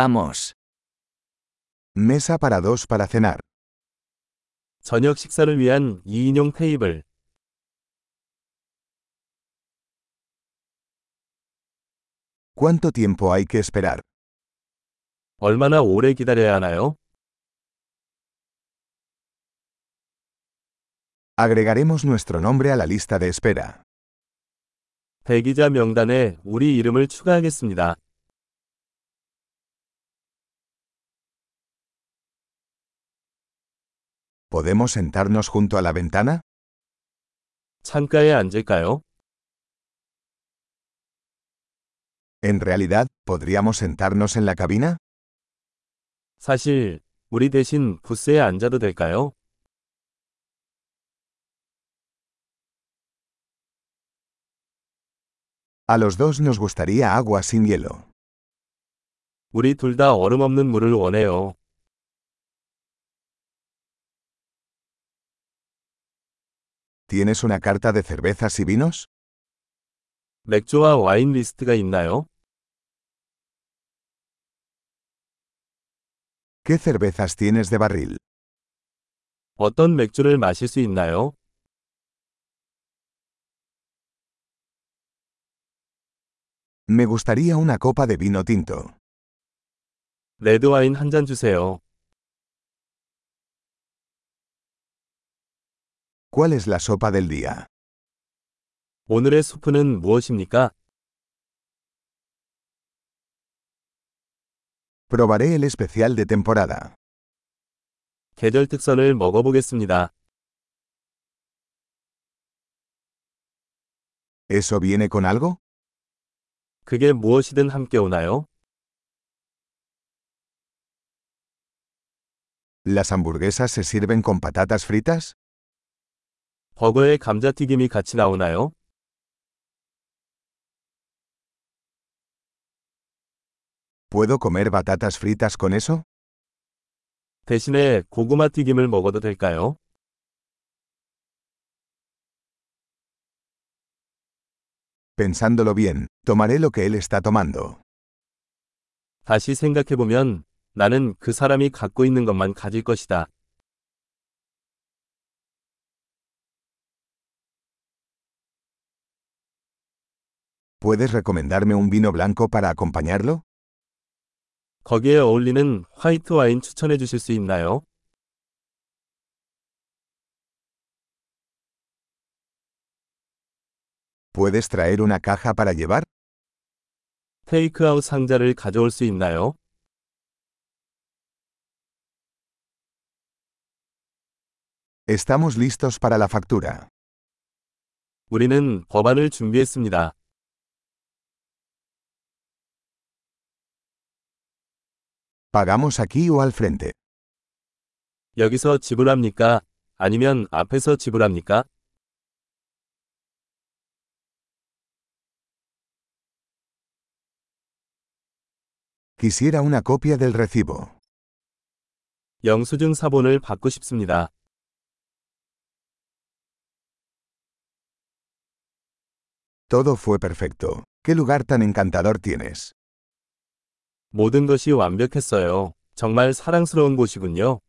Vamos. Mesa para dos para cenar. 저녁 식사를 위한 2인용 테이블. ¿Cuánto tiempo hay que esperar? 얼마나 오래 기다려야 하나요? Agregaremos nuestro nombre a la lista de espera. 대기자 명단에 우리 이름을 추가하겠습니다. ¿Podemos sentarnos junto a la ventana? 창가에 앉을까요? En realidad, ¿podríamos sentarnos en la cabina? 사실, 우리 대신 부스에 앉아도 될까요? A los dos nos gustaría agua sin hielo. 우리 둘 다 얼음 없는 물을 원해요. ¿Tienes una carta de cervezas y vinos? 맥주와 와인 리스트가 있나요? ¿Qué cervezas tienes de barril? 어떤 맥주를 마실 수 있나요? Me gustaría una copa de vino tinto. 레드 와인 한 잔 주세요. ¿Cuál es la sopa del día? 오늘의 수프는 무엇입니까? Probaré el especial de temporada. 계절 특선을 먹어보겠습니다. ¿Eso viene con algo? 그게 무엇이든 함께 오나요? ¿Las hamburguesas se sirven con patatas fritas? 버거에 감자튀김이 같이 나오나요? ¿Puedo comer batatas fritas con eso? 대신에 고구마 튀김을 먹어도 될까요? Pensándolo bien, tomaré lo que él está tomando. 다시 생각해보면 나는 그 사람이 갖고 있는 것만 가질 것이다. ¿Puedes recomendarme un vino blanco para acompañarlo? 거기에 어울리는 화이트 와인 추천해 주실 수 있나요? ¿Puedes traer una caja para llevar? 테이크아웃 상자를 가져올 수 있나요? Estamos listos para la factura. 우리는 법안을 준비했습니다. ¿Pagamos aquí o al frente? 여기서 지불합니까? 아니면 앞에서 지불합니까? Quisiera una copia del recibo. 영수증 사본을 받고 싶습니다. Todo fue perfecto. ¿Qué lugar tan encantador tienes? 모든 것이 완벽했어요. 정말 사랑스러운 곳이군요.